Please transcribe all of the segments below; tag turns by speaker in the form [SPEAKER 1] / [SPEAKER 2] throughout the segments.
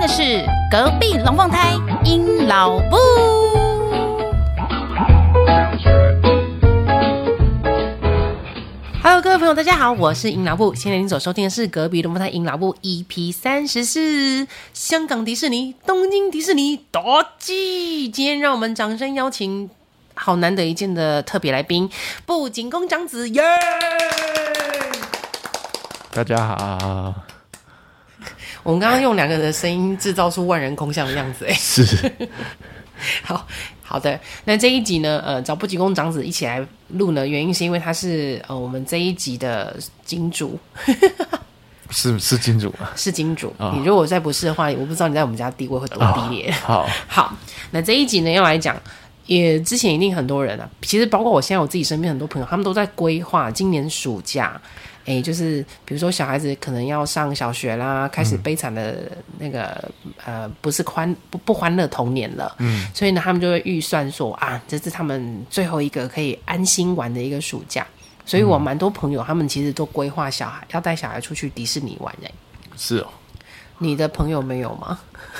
[SPEAKER 1] 的是隔壁龙凤胎鹰老布。Hello，各位朋友，大家好，我是鹰老布。现在您所收听的是隔壁龙凤胎鹰老布 EP 三十四，香港迪士尼、东京迪士尼夺记。今天让我们掌声邀请好难得一见的特别来宾布景公长子耶
[SPEAKER 2] 大家好，
[SPEAKER 1] 我们刚刚用两个人的声音制造出万人空巷的样子，哎，
[SPEAKER 2] 是
[SPEAKER 1] 好好的，那这一集呢，呃，找不吉公长子一起来录呢，原因是因为他是呃我们这一集的金主，
[SPEAKER 2] 是是金主吗？
[SPEAKER 1] 是金主。你如果再不是的话，我不知道你在我们家地位会多低劣。
[SPEAKER 2] 好，
[SPEAKER 1] 好，那这一集呢要来讲，也之前一定很多人啊，其实包括我现在我自己身边很多朋友，他们都在规划今年暑假。诶，就是比如说小孩子可能要上小学啦，开始悲惨的那个、呃，不是欢不不欢乐童年了，嗯，所以呢，他们就会预算说啊，这是他们最后一个可以安心玩的一个暑假。所以我蛮多朋友，他们其实都规划小孩要带小孩出去迪士尼玩哎诶，
[SPEAKER 2] 是哦，
[SPEAKER 1] 你的朋友没有吗？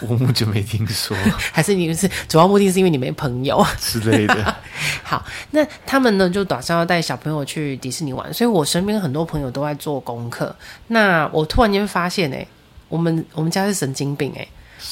[SPEAKER 2] 我目前没听说
[SPEAKER 1] 还是你是主要目的是因为你没朋友？
[SPEAKER 2] 之类的，
[SPEAKER 1] 好，那他们呢就打算要带小朋友去迪士尼玩，所以我身边很多朋友都在做功课。那我突然间发现、欸，我们我们家是神经病、欸，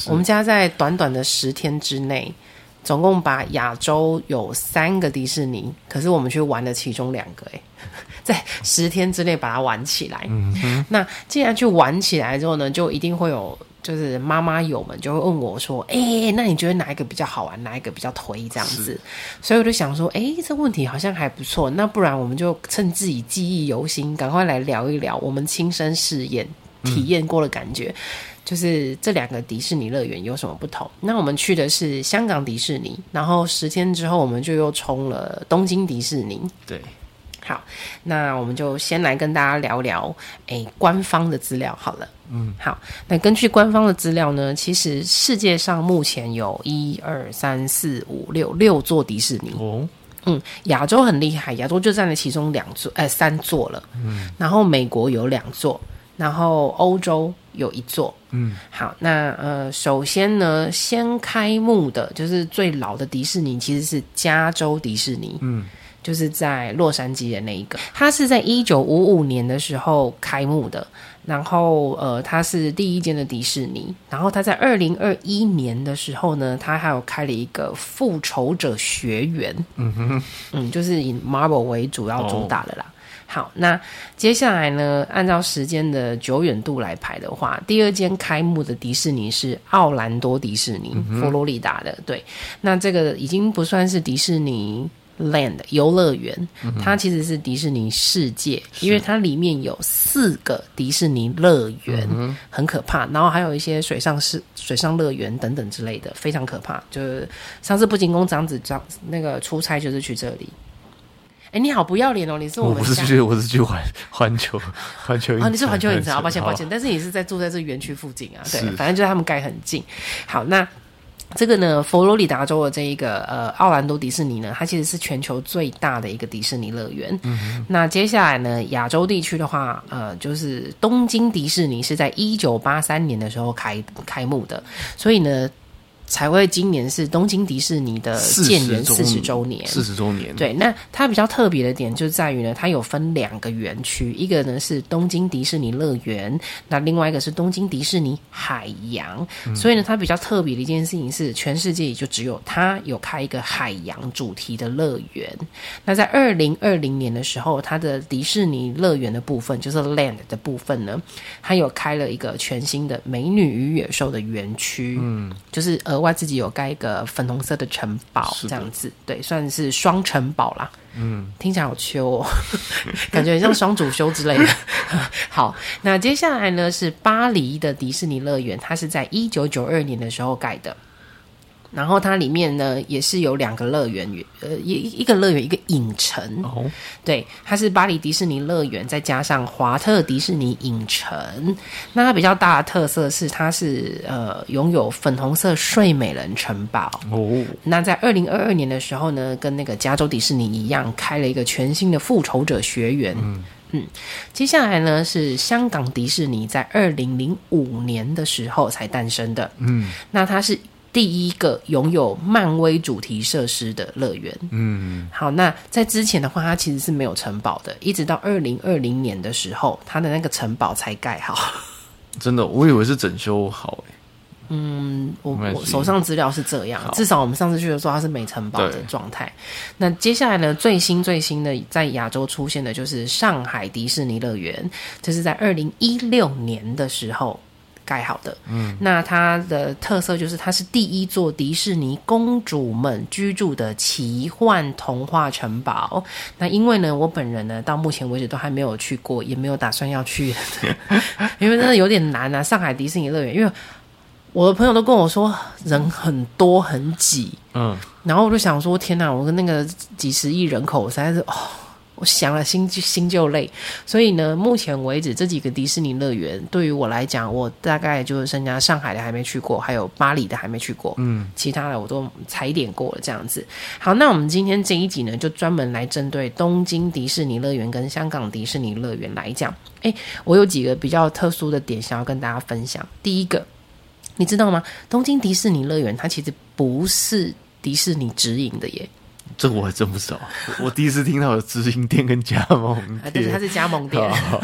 [SPEAKER 1] 我们家在短短的十天之内，总共把亚洲有三个迪士尼，可是我们去玩了其中两个、欸， 在十天之内把它玩起来。嗯、那既然去玩起来之后呢，就一定会有。就是妈妈友们就会问我说：“哎、那你觉得哪一个比较好玩，哪一个比较推？”这样子，所以我就想说：“哎、这问题好像还不错，那不然我们就趁自己记忆犹新，赶快来聊一聊我们亲身试验体验过的感觉。就是这两个迪士尼乐园有什么不同？那我们去的是香港迪士尼，然后十天之后我们就又冲了东京迪士尼。
[SPEAKER 2] 对，
[SPEAKER 1] 好，那我们就先来跟大家聊聊，诶，官方的资料好了。嗯，好，那根据官方的资料呢，其实世界上目前有一二三四五六六座迪士尼，
[SPEAKER 2] 哦，
[SPEAKER 1] 嗯，亚洲很厉害，亚洲就占了其中两座，呃，三座了。嗯，然后美国有两座，然后欧洲有一座。嗯，好，那呃，首先呢，先开幕的就是最老的迪士尼，其实是加州迪士尼。嗯。就是在洛杉矶的那一个，它是在一九五五年的时候开幕的，然后呃，它是第一间的迪士尼，然后它在二零二一年的时候呢，它还有开了一个复仇者学园，嗯，就是以 Marvel 为主要主打的啦。好，那接下来呢？按照时间的久远度来排的话，第二间开幕的迪士尼是奥兰多迪士尼，佛罗里达的。对，那这个已经不算是迪士尼 land 游乐园，它其实是迪士尼世界，因为它里面有四个迪士尼乐园，
[SPEAKER 2] 嗯
[SPEAKER 1] 很可怕。然后还有一些水上是水上乐园等等之类的，非常可怕。就是上次不仅宫长子长那个出差就是去这里。哎，你好不要脸哦！你是我
[SPEAKER 2] 我
[SPEAKER 1] 们
[SPEAKER 2] 不是
[SPEAKER 1] 家
[SPEAKER 2] 去，我是去环环球，环球影
[SPEAKER 1] 哦，你是环球影城啊，抱
[SPEAKER 2] 好
[SPEAKER 1] 歉抱歉，但是你是在住在这园区附近啊，对
[SPEAKER 2] 是，
[SPEAKER 1] 反正就是他们盖很近。好，那。这个呢，佛罗里达州的这一个呃奥兰多迪士尼呢，它其实是全球最大的一个迪士尼乐园。嗯、那接下来呢，亚洲地区的话，呃，就是东京迪士尼是在一九八三年的时候开开幕的，所以呢，才会今年是东京迪士尼的
[SPEAKER 2] 40
[SPEAKER 1] 呃建园
[SPEAKER 2] 周
[SPEAKER 1] 四十周年，
[SPEAKER 2] 四十周年，，
[SPEAKER 1] 对，那它比较特别的点就在于呢，它有分两个园区，一个呢是东京迪士尼乐园，那另外一个是东京迪士尼海洋。所以呢，它比较特别的一件事情是，全世界也就只有它有开一个海洋主题的乐园。那在二零二零年的时候，它的迪士尼乐园的部分，就是 Land 的部分呢，它有开了一个全新的美女与野兽的园区，嗯，就是额外自己有盖一个粉红色的城堡这样子，对，算是双城堡啦。嗯，听起来好秋哦， 感觉很像双主修之类的。 好，那接下来呢是巴黎的迪士尼乐园，它是在一九九二年的时候盖的。然后它里面呢也是有两个乐园，呃，一一个乐园一个影城，
[SPEAKER 2] 哦，
[SPEAKER 1] 对，它是巴黎迪士尼乐园，再加上华特迪士尼影城。那它比较大的特色是，它是呃拥有粉红色睡美人城堡。
[SPEAKER 2] 哦，
[SPEAKER 1] 那在二零二二年的时候呢，跟那个加州迪士尼一样，开了一个全新的复仇者学园。嗯接下来呢是香港迪士尼在二零零五年的时候才诞生的，
[SPEAKER 2] 嗯
[SPEAKER 1] 那它是第一个拥有漫威主题设施的乐园。
[SPEAKER 2] 嗯
[SPEAKER 1] 好，那在之前的话，它其实是没有城堡的，一直到二零二零年的时候，它的那个城堡才盖好。
[SPEAKER 2] 真的，我以为是整修好欸诶。
[SPEAKER 1] 嗯，我
[SPEAKER 2] 没关系
[SPEAKER 1] 我手上资料是这样
[SPEAKER 2] 好，
[SPEAKER 1] 至少我们上次去的时候它是没城堡的
[SPEAKER 2] 对
[SPEAKER 1] 状态。那接下来呢，最新最新的在亚洲出现的就是上海迪士尼乐园，这、是在二零一六年的时候。盖好的，嗯，那它的特色就是它是第一座迪士尼公主们居住的奇幻童话城堡。那因为呢，我本人呢到目前为止都还没有去过，也没有打算要去， 因为真的有点难啊。上海迪士尼乐园，因为我的朋友都跟我说人很多很挤，
[SPEAKER 2] 嗯，
[SPEAKER 1] 然后我就想说天哪，我跟那个几十亿人口，我实在是哦，我想了心就哦心就累。所以呢，目前为止这几个迪士尼乐园对于我来讲，我大概就是剩下上海的还没去过，还有巴黎的还没去过，嗯，其他的我都踩点过了这样子。好，那我们今天这一集呢，就专门来针对东京迪士尼乐园跟香港迪士尼乐园来讲。诶，我有几个比较特殊的点想要跟大家分享。第一个，你知道吗？东京迪士尼乐园它其实不是迪士尼直营的耶，
[SPEAKER 2] 这个我还真不知道，我第一次听到有直营店跟加盟
[SPEAKER 1] 啊，对，它
[SPEAKER 2] 店。
[SPEAKER 1] 是加盟店。
[SPEAKER 2] 好，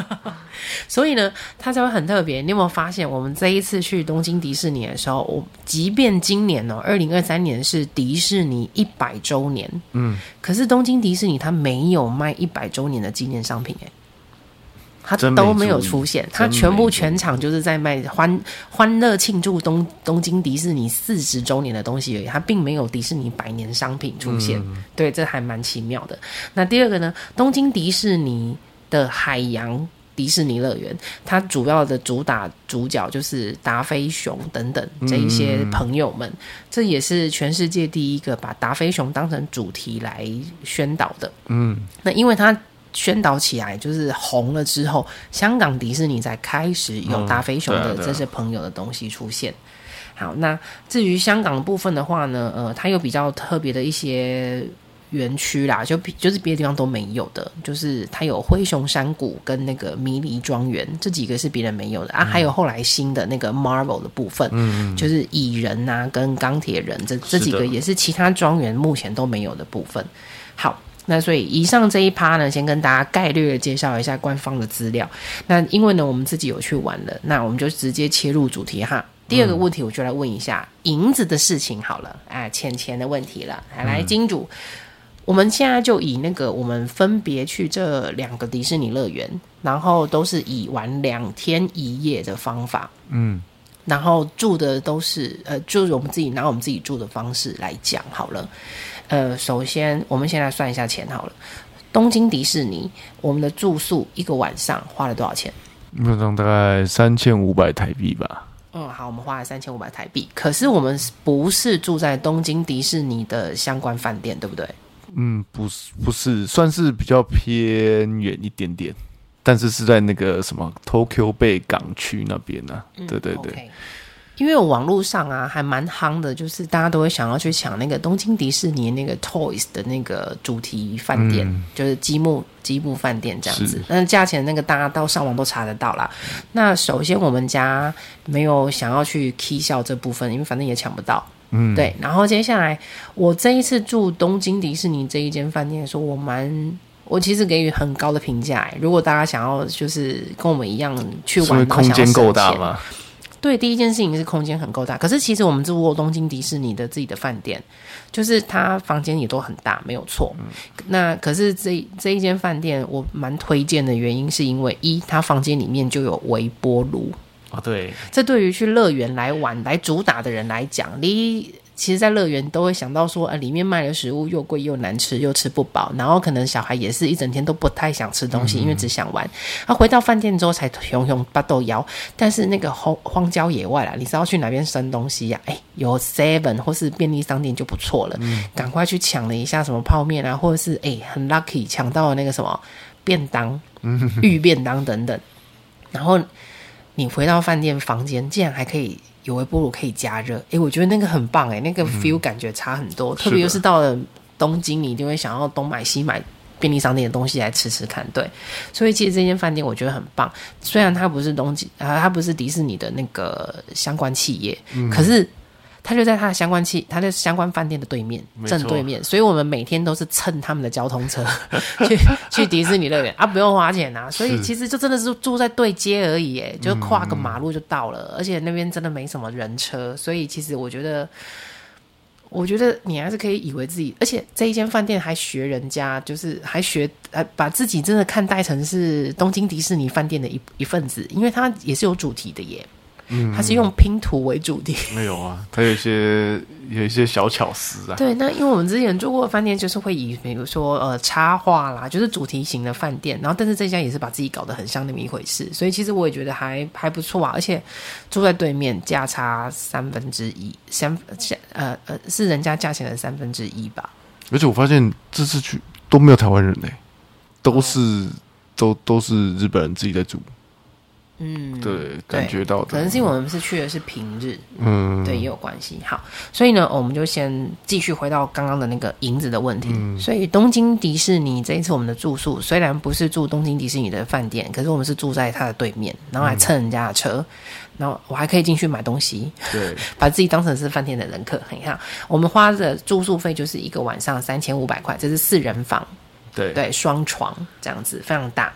[SPEAKER 1] 所以呢，它才会很特别。你有没有发现，我们这一次去东京迪士尼的时候，我即便今年哦，二零二三年是迪士尼一百周年，
[SPEAKER 2] 嗯，
[SPEAKER 1] 可是东京迪士尼它没有卖一百周年的纪念商品，哎，它
[SPEAKER 2] 真没
[SPEAKER 1] 都没有
[SPEAKER 2] 注意
[SPEAKER 1] 出现，它
[SPEAKER 2] 真
[SPEAKER 1] 全
[SPEAKER 2] 没
[SPEAKER 1] 部
[SPEAKER 2] 注
[SPEAKER 1] 全场就是在卖欢欢乐庆祝东东京迪士尼四十周年的东西而已，它并没有迪士尼百年商品出现。
[SPEAKER 2] 嗯
[SPEAKER 1] 对，这还蛮奇妙的。那第二个呢，东京迪士尼的海洋。迪士尼乐园，它主要的主打主角就是达菲熊等等这一些朋友们，这也是全世界第一个把达菲熊当成主题来宣导的。
[SPEAKER 2] 嗯，
[SPEAKER 1] 那因为它宣导起来就是红了之后，香港迪士尼才开始有
[SPEAKER 2] 嗯
[SPEAKER 1] 达菲熊
[SPEAKER 2] 对啊
[SPEAKER 1] 的
[SPEAKER 2] 对啊
[SPEAKER 1] 这些朋友的东西出现。好，那至于香港的部分的话呢，呃，它有比较特别的一些园区啦，就比就是别的地方都没有的，就是它有灰熊山谷跟那个迷离庄园这几个是别人没有的啊，还有后来新的那个 Marvel 的部分，嗯，就是蚁人呐、跟钢铁人这这
[SPEAKER 2] 是的
[SPEAKER 1] 几个也是其他庄园目前都没有的部分。好。那所以以上这一趴呢，先跟大家概略的介绍一下官方的资料。那因为呢，我们自己有去玩了，那我们就直接切入主题哈。第二个问题，我就来问一下银子的事情好了，哎，钱钱的问题了。来，来金主，我们现在就以那个我们分别去这两个迪士尼乐园，然后都是以玩两天一夜的方法，
[SPEAKER 2] 嗯，
[SPEAKER 1] 然后住的都是呃，就是我们自己拿我们自己住的方式来讲好了。呃，首先我们先来算一下钱好了。东京迪士尼，我们的住宿一个晚上花了多少钱？
[SPEAKER 2] 那张大概三千五百台币吧。
[SPEAKER 1] 嗯，好，我们花了三千五百台币。可是我们不是住在东京迪士尼的相关饭店，对不对？
[SPEAKER 2] 嗯，不是不是，算是比较偏远一点点，但是是在那个什么 Tokyo Bay 港区那边呢、啊。对对对
[SPEAKER 1] 嗯 OK 因为网络上啊还蛮夯的，就是大家都会想要去抢那个东京迪士尼那个 Toys 的那个主题饭店，
[SPEAKER 2] 嗯
[SPEAKER 1] 就是积木积木饭店这样子
[SPEAKER 2] 是。
[SPEAKER 1] 那价钱那个大家到上网都查得到啦。那首先我们家没有想要去 K 笑这部分，因为反正也抢不到。
[SPEAKER 2] 嗯，
[SPEAKER 1] 对，然后接下来我这一次住东京迪士尼这一间饭店的时候，我蛮我其实给予很高的评价欸。如果大家想要就是跟我们一样去
[SPEAKER 2] 是因
[SPEAKER 1] 玩，
[SPEAKER 2] 为
[SPEAKER 1] 然后
[SPEAKER 2] 空
[SPEAKER 1] 想要
[SPEAKER 2] 间够
[SPEAKER 1] 省
[SPEAKER 2] 大
[SPEAKER 1] 钱
[SPEAKER 2] 吗？
[SPEAKER 1] 对，第一件事情是空间很够大，可是其实我们住过东京迪士尼的自己的饭店，就是它房间也都很大，没有错。那可是这这一间饭店我蛮推荐的原因，是因为一，它房间里面就有微波炉，
[SPEAKER 2] 啊，对，
[SPEAKER 1] 这对于去乐园来玩来主打的人来讲，你其实，在乐园都会想到说，呃，里面卖的食物又贵又难吃，又吃不饱，然后可能小孩也是一整天都不太想吃东西，因为只想玩。啊，回到饭店之后才熊熊巴豆腰，但是那个荒荒郊野外啦，你知道去哪边生东西呀、哎，有 Seven 或是便利商店就不错了，赶快去抢了一下什么泡面啊，或者是哎很 lucky 抢到了那个什么便当、
[SPEAKER 2] 嗯
[SPEAKER 1] 玉便当等等，然后你回到饭店房间，竟然还可以有微波炉可以加热，诶，我觉得那个很
[SPEAKER 2] 嗯
[SPEAKER 1] 棒诶，那个 feel 感觉差很多，特别又是到了东京，你一定会想要东买西买。便利商店的东西来吃吃看。对，所以其实这间饭店我觉得很棒，虽然它不是东西啊，它不是迪士尼的那个相关企业，
[SPEAKER 2] 嗯
[SPEAKER 1] 可是。它就在它的相关企，它的相关饭店的对面，
[SPEAKER 2] 没错
[SPEAKER 1] 正对面，所以我们每天都是蹭他们的交通车 去去迪士尼乐园啊，不用花钱啊，所以
[SPEAKER 2] 是嗯
[SPEAKER 1] 其实就真的是住在对街而已，哎，就跨个马路就到了，而且那边真的没什么人车，所以其实我觉得，我觉得你还是可以以为自己，而且这一间饭店还学人家，就是还学呃，把自己真的看待成是东京迪士尼饭店的一一份子，因为它也是有主题的耶，
[SPEAKER 2] 嗯
[SPEAKER 1] 它是用拼图为主题。
[SPEAKER 2] 没有啊，它有一些有一些小巧思啊，
[SPEAKER 1] 对，那因为我们之前住过的饭店，就是会以比如说呃插画啦，就是主题型的饭店，然后但是这家也是把自己搞得很像那么一回事，所以其实我也觉得还还不错啊，而且住在对面，价差三分之一，三价呃呃是人家价钱的三分之一吧。
[SPEAKER 2] 而且我发现这次去都没有台湾人呢、都是、
[SPEAKER 1] 哦
[SPEAKER 2] 都都是日本人自己在住，
[SPEAKER 1] 嗯，
[SPEAKER 2] 对，感觉到的，
[SPEAKER 1] 可能是因为我们是去的是平日，
[SPEAKER 2] 嗯，
[SPEAKER 1] 对，也有关系。好，所以呢，我们就先继续回到刚刚的那个银子的问题。所以东京迪士尼这一次我们的住宿虽然不是住东京迪士尼的饭店，可是我们是住在它的对面，然后还蹭人家的车，然后我还可以进去买东西，
[SPEAKER 2] 对，
[SPEAKER 1] 把自己当成是饭店的人客。你看，我们花的住宿费就是一个晚上三千五百块，这是四人房，
[SPEAKER 2] 对，
[SPEAKER 1] 对，双床这样子非常大。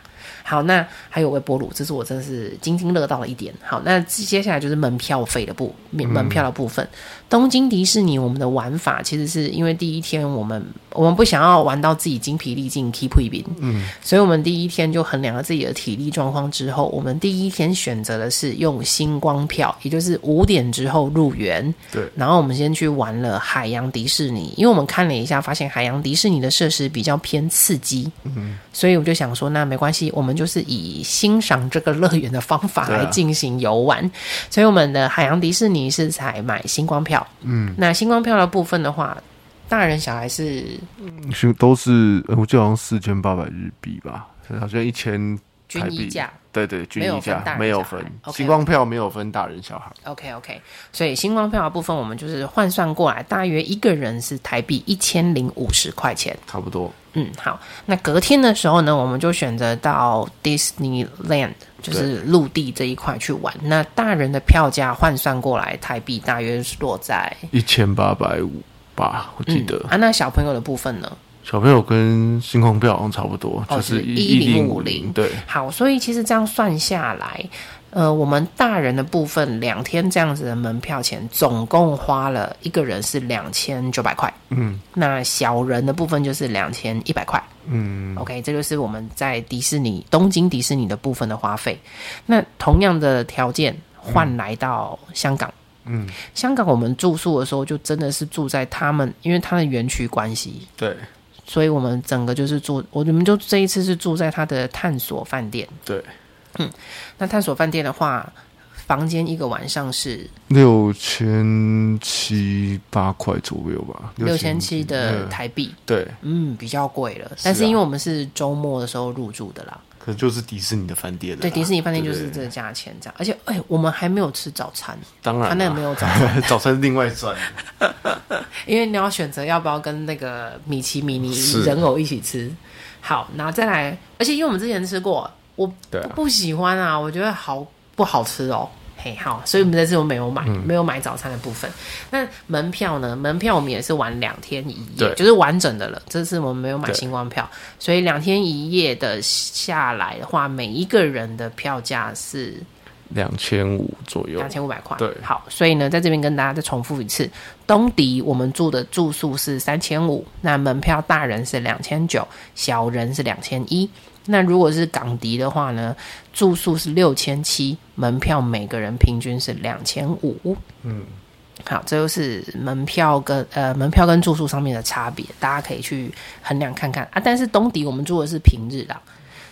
[SPEAKER 1] 好，那还有微波炉，这是我真的是津津乐道的一点。好，那接下来就是门票费的部门门票的部分。东京迪士尼我们的玩法其实是因为第一天我们我们不想要玩到自己精疲力尽 keep 一bin，嗯，所以我们第一天就衡量了自己的体力状况之后，我们第一天选择的是用星光票，也就是五点之后入园，
[SPEAKER 2] 对
[SPEAKER 1] 然后我们先去玩了海洋迪士尼，因为我们看了一下，发现海洋迪士尼的设施比较偏刺激，
[SPEAKER 2] 嗯
[SPEAKER 1] 所以我就想说，那没关系，我们就是以欣赏这个乐园的方法
[SPEAKER 2] 对啊
[SPEAKER 1] 来进行游玩。所以我们的海洋迪士尼是采买星光票，嗯，那星光票的部分的话，大人小孩是
[SPEAKER 2] 是都是，呃我记得好像四千八百日币吧，好像一千
[SPEAKER 1] 均
[SPEAKER 2] 台
[SPEAKER 1] 一
[SPEAKER 2] 币
[SPEAKER 1] 价。
[SPEAKER 2] 对对，均
[SPEAKER 1] 没有
[SPEAKER 2] 一
[SPEAKER 1] 分大
[SPEAKER 2] 价
[SPEAKER 1] 人
[SPEAKER 2] 没有
[SPEAKER 1] 小孩
[SPEAKER 2] 分，
[SPEAKER 1] OK，
[SPEAKER 2] 星光票没有分大人小孩，
[SPEAKER 1] OK OK，所以星光票的部分，我们就是换算过来，大约一个人是台币一千零五十块钱。
[SPEAKER 2] 差不多。
[SPEAKER 1] 嗯，好。那隔天的时候呢，我们就选择到 Disneyland，就是陆地这一块去玩。那大人的票价换算过来，台币大约是落在
[SPEAKER 2] 一千八百五吧，我记得、
[SPEAKER 1] 嗯、啊。那小朋友的部分呢？
[SPEAKER 2] 小朋友跟星光票好像差不多，
[SPEAKER 1] 哦
[SPEAKER 2] 就是
[SPEAKER 1] 是
[SPEAKER 2] 零
[SPEAKER 1] 1050
[SPEAKER 2] 对，
[SPEAKER 1] 好，所以其实这样算下来，呃，我们大人的部分两天这样子的门票钱，总共花了一个人是两千九百块。
[SPEAKER 2] 嗯
[SPEAKER 1] 那小人的部分就是两千一百块。
[SPEAKER 2] 嗯，
[SPEAKER 1] OK，这就是我们在迪士尼东京迪士尼的部分的花费。那同样的条件换来到香港，
[SPEAKER 2] 嗯，
[SPEAKER 1] 香港我们住宿的时候就真的是住在他们，因为它的园区关系，
[SPEAKER 2] 对
[SPEAKER 1] 所以我们整个就是住，我们就这一次是住在它的探索饭店。
[SPEAKER 2] 对，
[SPEAKER 1] 那探索饭店的话，房间一个晚上是
[SPEAKER 2] 六千七八块左右吧，
[SPEAKER 1] 六千七的
[SPEAKER 2] 嗯
[SPEAKER 1] 台币，
[SPEAKER 2] 对，
[SPEAKER 1] 嗯，比较贵了。但
[SPEAKER 2] 是
[SPEAKER 1] 是
[SPEAKER 2] 啊
[SPEAKER 1] 因为我们是周末的时候入住的啦，
[SPEAKER 2] 可能就是迪士尼的饭店了啦。
[SPEAKER 1] 对，迪士尼饭店就是
[SPEAKER 2] 对
[SPEAKER 1] 这个价钱这样。而且，哎、我们还没有吃早餐。
[SPEAKER 2] 当然
[SPEAKER 1] 他那个
[SPEAKER 2] 啦
[SPEAKER 1] 没有早餐，
[SPEAKER 2] 早餐是另外算，
[SPEAKER 1] 因为你要选择要不要跟那个米奇、米妮
[SPEAKER 2] 是
[SPEAKER 1] 人偶一起吃。好，然后再来，而且因为我们之前吃过，我
[SPEAKER 2] 对啊
[SPEAKER 1] 不喜欢啊，我觉得好不好吃哦。嘿，好，所以我们这次我没有买，
[SPEAKER 2] 嗯
[SPEAKER 1] 没有买早餐的部分。那门票呢？门票我们也是玩两天一夜
[SPEAKER 2] 对，
[SPEAKER 1] 就是完整的了。这次我们没有买
[SPEAKER 2] 对
[SPEAKER 1] 星光票，所以两天一夜的下来的话，每一个人的票价是
[SPEAKER 2] 两千五左右
[SPEAKER 1] 两，千五百块。
[SPEAKER 2] 对
[SPEAKER 1] 好，所以呢，在这边跟大家再重复一次，东迪我们住的住宿是三千五，那门票大人是两千九，小人是两千一。那如果是港迪的话呢，住宿是六千七，门票每个人平均是两千五。
[SPEAKER 2] 嗯，
[SPEAKER 1] 好，这就是门票跟呃门票跟住宿上面的差别，大家可以去衡量看看啊。但是东迪我们住的是平日啦，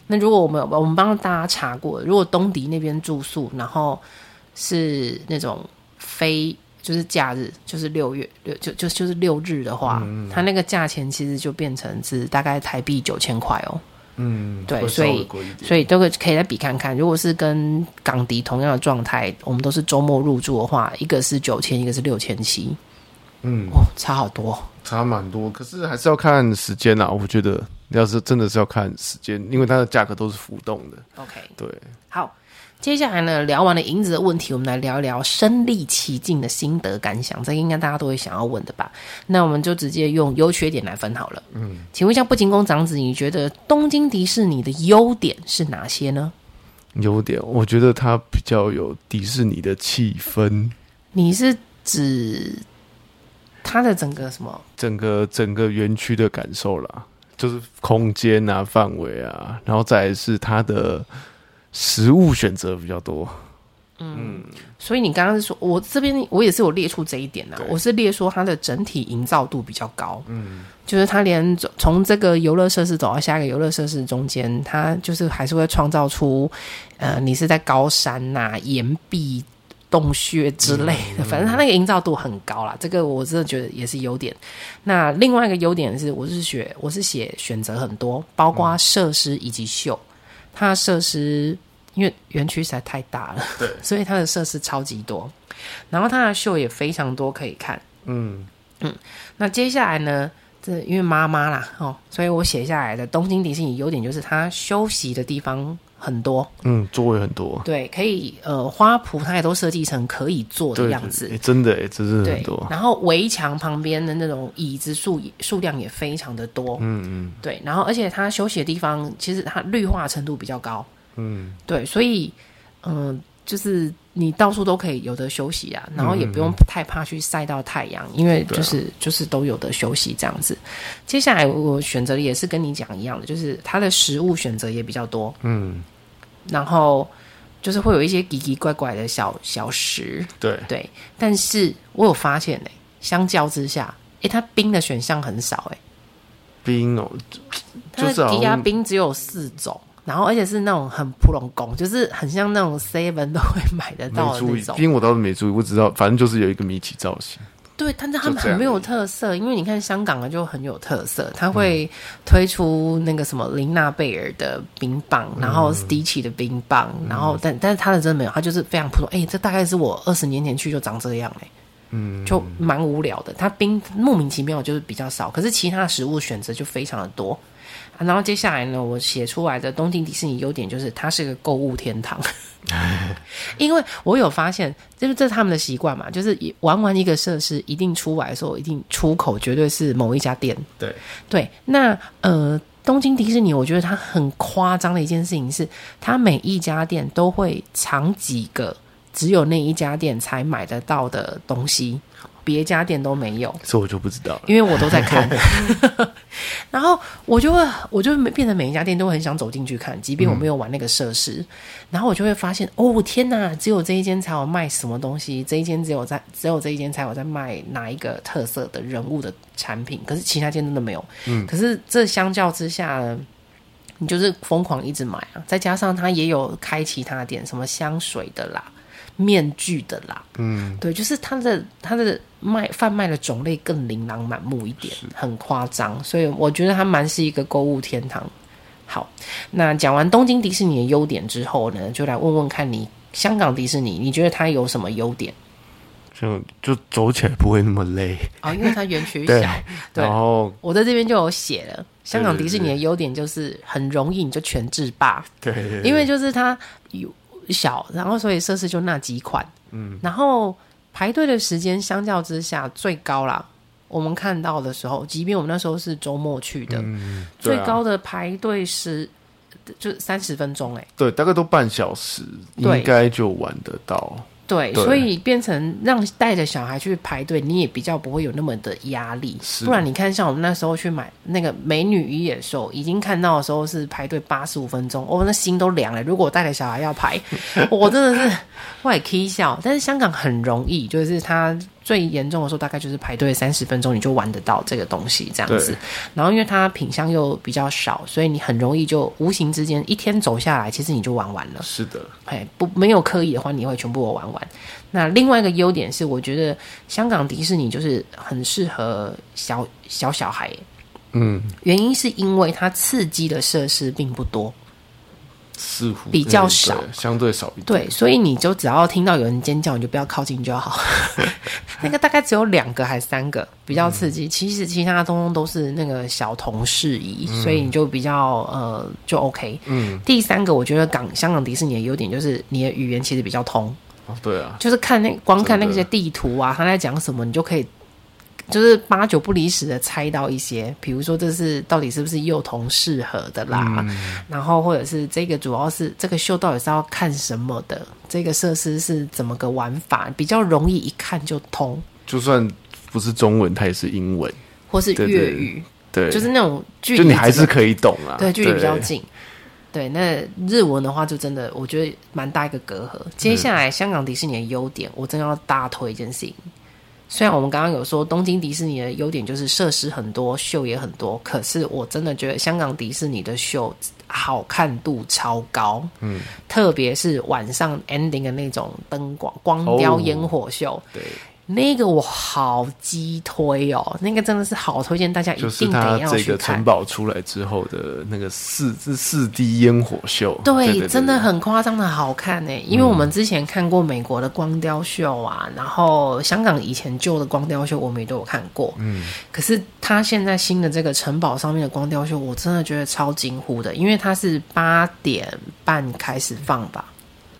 [SPEAKER 1] 那如果我们我们帮大家查过，如果东迪那边住宿，然后是那种非就是假日，就是六月六就就就是六日的话，它那个价钱其实就变成是大概台币九千块哦。
[SPEAKER 2] 嗯，
[SPEAKER 1] 对
[SPEAKER 2] 会稍
[SPEAKER 1] 所以
[SPEAKER 2] 微贵一点
[SPEAKER 1] 所以都可以可以再比看看。如果是跟港迪同样的状态，我们都是周末入住的话，一个是九千，一个是六千七。嗯，哦，差好多，
[SPEAKER 2] 差蛮多。可是还是要看时间啊，我觉得要是真的是要看时间，因为它的价格都是浮动的。
[SPEAKER 1] OK，
[SPEAKER 2] 对，
[SPEAKER 1] 好。接下来呢，聊完了银子的问题，我们来聊一聊身历其境的心得感想。这应该大家都会想要问的吧？那我们就直接用优缺点来分好了。嗯，请问一下不仅宫长子，你觉得东京迪士尼的优点是哪些呢？
[SPEAKER 2] 优点，我觉得它比较有迪士尼的气氛。
[SPEAKER 1] 你是指它的整个什么？
[SPEAKER 2] 整个整个园区的感受啦，就是空间啊、范围啊，然后再来是它的。食物选择比较多，
[SPEAKER 1] 嗯，所以你刚刚是说，我这边我也是有列出这一点啊，我是列说它的整体营造度比较高，嗯，就是它连从这个游乐设施走到下一个游乐设施中间，它就是还是会创造出，呃，你是在高山呐、啊、岩壁、洞穴之类的，嗯、 反正它那个营造度很高啦，这个我真的觉得也是优点。那另外一个优点是，我是学我是写选择很多，包括设施以及秀。嗯它的设施因为园区实在太大了，
[SPEAKER 2] 对，
[SPEAKER 1] 所以它的设施超级多，然后它的秀也非常多可以看，嗯嗯。那接下来呢，这因为妈妈啦哦，所以我写下来的东京迪士尼优点就是它休息的地方很多，
[SPEAKER 2] 嗯，座位很多，
[SPEAKER 1] 对，可以呃花圃它也都设计成可以坐的样子，
[SPEAKER 2] 对对诶真的哎，真是很多。
[SPEAKER 1] 然后围墙旁边的那种椅子数数量也非常的多，嗯嗯，对，然后而且它休息的地方其实它绿化程度比较高。嗯，对，所以，嗯、呃，就是你到处都可以有的休息啊，然后也不用太怕去晒到太阳，因为就是、啊、就是都有的休息这样子。接下来我选择也是跟你讲一样的，就是它的食物选择也比较多，嗯，然后就是会有一些奇奇怪怪的小小食，
[SPEAKER 2] 对
[SPEAKER 1] 对。但是我有发现呢、欸，相较之下，哎、欸，它冰的选项很少、欸，哎，
[SPEAKER 2] 冰哦，
[SPEAKER 1] 它的低压冰只有四种。然后，而且是那种很普龙工，就是很像那种 seven 都会买得到的那种。
[SPEAKER 2] 因为我倒是没注意，我知道，反正就是有一个米奇造型。
[SPEAKER 1] 对，但是他们很没有特色，因为你看香港的就很有特色，他会推出那个什么琳娜贝尔的冰棒，嗯、然后 Stitch 的冰棒，嗯、然后但但是他的真的没有，他就是非常普通。哎、欸，这大概是我二十年前去就长这样哎、欸。嗯，就蛮无聊的。它冰莫名其妙就是比较少，可是其他食物选择就非常的多、啊。然后接下来呢，我写出来的东京迪士尼优点就是它是个购物天堂，因为我有发现，就是这是他们的习惯嘛，就是玩完一个设施，一定出来的时候，一定出口绝对是某一家店。
[SPEAKER 2] 对
[SPEAKER 1] 对，那呃，东京迪士尼，我觉得它很夸张的一件事情是，它每一家店都会藏几个。只有那一家店才买得到的东西，别家店都没有。
[SPEAKER 2] 这我就不知道了，
[SPEAKER 1] 因为我都在看。然后我就会，我就变成每一家店都很想走进去看，即便我没有玩那个设施。嗯、然后我就会发现，哦天哪，只有这一间才有卖什么东西，这一间只有在只有这一间才有在卖哪一个特色的人物的产品，可是其他间真的没有。嗯，可是这相较之下呢。你就是疯狂一直买啊，再加上它也有开其他店，什么香水的啦。面具的啦，嗯，对，就是它的它的卖贩卖的种类更琳琅满目一点，很夸张，所以我觉得它蛮是一个购物天堂。好，那讲完东京迪士尼的优点之后呢，就来问问看你香港迪士尼，你觉得它有什么优点？
[SPEAKER 2] 就就走起来不会那么累
[SPEAKER 1] 啊、哦，因为它园区小。对，對
[SPEAKER 2] 然后
[SPEAKER 1] 我在这边就有写了，香港迪士尼的优点就是很容易你就全制霸，
[SPEAKER 2] 對,對,
[SPEAKER 1] 对，因为就是它有。小，然后所以设施就那几款，嗯，然后排队的时间相较之下最高啦。我们看到的时候，即便我们那时候是周末去的，嗯啊、最高的排队是就三十分钟、欸，哎，
[SPEAKER 2] 对，大概都半小时，应该就玩得到。
[SPEAKER 1] 对，对所以变成让带着小孩去排队，你也比较不会有那么的压力。不然你看，像我们那时候去买那个《美女与野兽》，已经看到的时候是排队八十五分钟，哦，那心都凉了。如果我带着小孩要排，我真的是外 K 笑。但是香港很容易，就是它最严重的时候大概就是排队三十分钟，你就玩得到这个东西这样子。然后因为它品相又比较少，所以你很容易就无形之间一天走下来，其实你就玩完了。
[SPEAKER 2] 是的，
[SPEAKER 1] 哎，不没有刻意的话，你会全部玩完。那另外一个优点是，我觉得香港迪士尼就是很适合小小小孩。
[SPEAKER 2] 嗯，
[SPEAKER 1] 原因是因为它刺激的设施并不多。
[SPEAKER 2] 似乎嗯
[SPEAKER 1] 比较少
[SPEAKER 2] 对相对少一点。
[SPEAKER 1] 对，所以你就只要听到有人尖叫，你就不要靠近就好。 那个大概只有两个还三个比较刺激，其实其他通通都是那个小童事宜，所以你就比较呃就 OK。嗯，第三个我觉得港香港迪士尼的优点就是你的语言其实比较通，
[SPEAKER 2] 哦对啊，
[SPEAKER 1] 就是看那光看
[SPEAKER 2] 真的
[SPEAKER 1] 那些地图啊，他在讲什么，你就可以就是八九不离十的猜到一些，比如说这是到底是不是幼童适合的啦，
[SPEAKER 2] 嗯
[SPEAKER 1] 然后或者是这个主要是这个秀到底是要看什么的，这个设施是怎么个玩法，比较容易一看就通，
[SPEAKER 2] 就算不是中文，它也是英文，
[SPEAKER 1] 或是
[SPEAKER 2] 对对
[SPEAKER 1] 粤语，
[SPEAKER 2] 对，
[SPEAKER 1] 就是那种距
[SPEAKER 2] 就
[SPEAKER 1] 离
[SPEAKER 2] 你还
[SPEAKER 1] 比较
[SPEAKER 2] 是可以懂啊，
[SPEAKER 1] 对，距离比较近。对，那日文的话，就真的我觉得蛮大一个隔阂。
[SPEAKER 2] 嗯
[SPEAKER 1] 接下来，香港迪士尼的优点，我真的要大推一件事情。虽然我们刚刚有说东京迪士尼的优点就是设施很多，秀也很多，可是我真的觉得香港迪士尼的秀好看度超高，嗯，特别是晚上 ending 的那种灯光光雕
[SPEAKER 2] 哦
[SPEAKER 1] 烟火秀，
[SPEAKER 2] 对，
[SPEAKER 1] 那个我好激推哦，那个真的是好推荐大家一
[SPEAKER 2] 就是
[SPEAKER 1] 定得
[SPEAKER 2] 它
[SPEAKER 1] 要
[SPEAKER 2] 这
[SPEAKER 1] 去
[SPEAKER 2] 个
[SPEAKER 1] 看
[SPEAKER 2] 城。堡出来之后的那个四是四 D 烟火秀，对
[SPEAKER 1] 对，真的。很夸张的好看呢、因为我们之前看过美国的光雕秀啊，
[SPEAKER 2] 嗯
[SPEAKER 1] 然后香港以前旧的光雕秀我们也都有看过，嗯，可是它现在新的这个城堡上面的光雕秀，我真的觉得超惊呼的，因为它是八点半开始放吧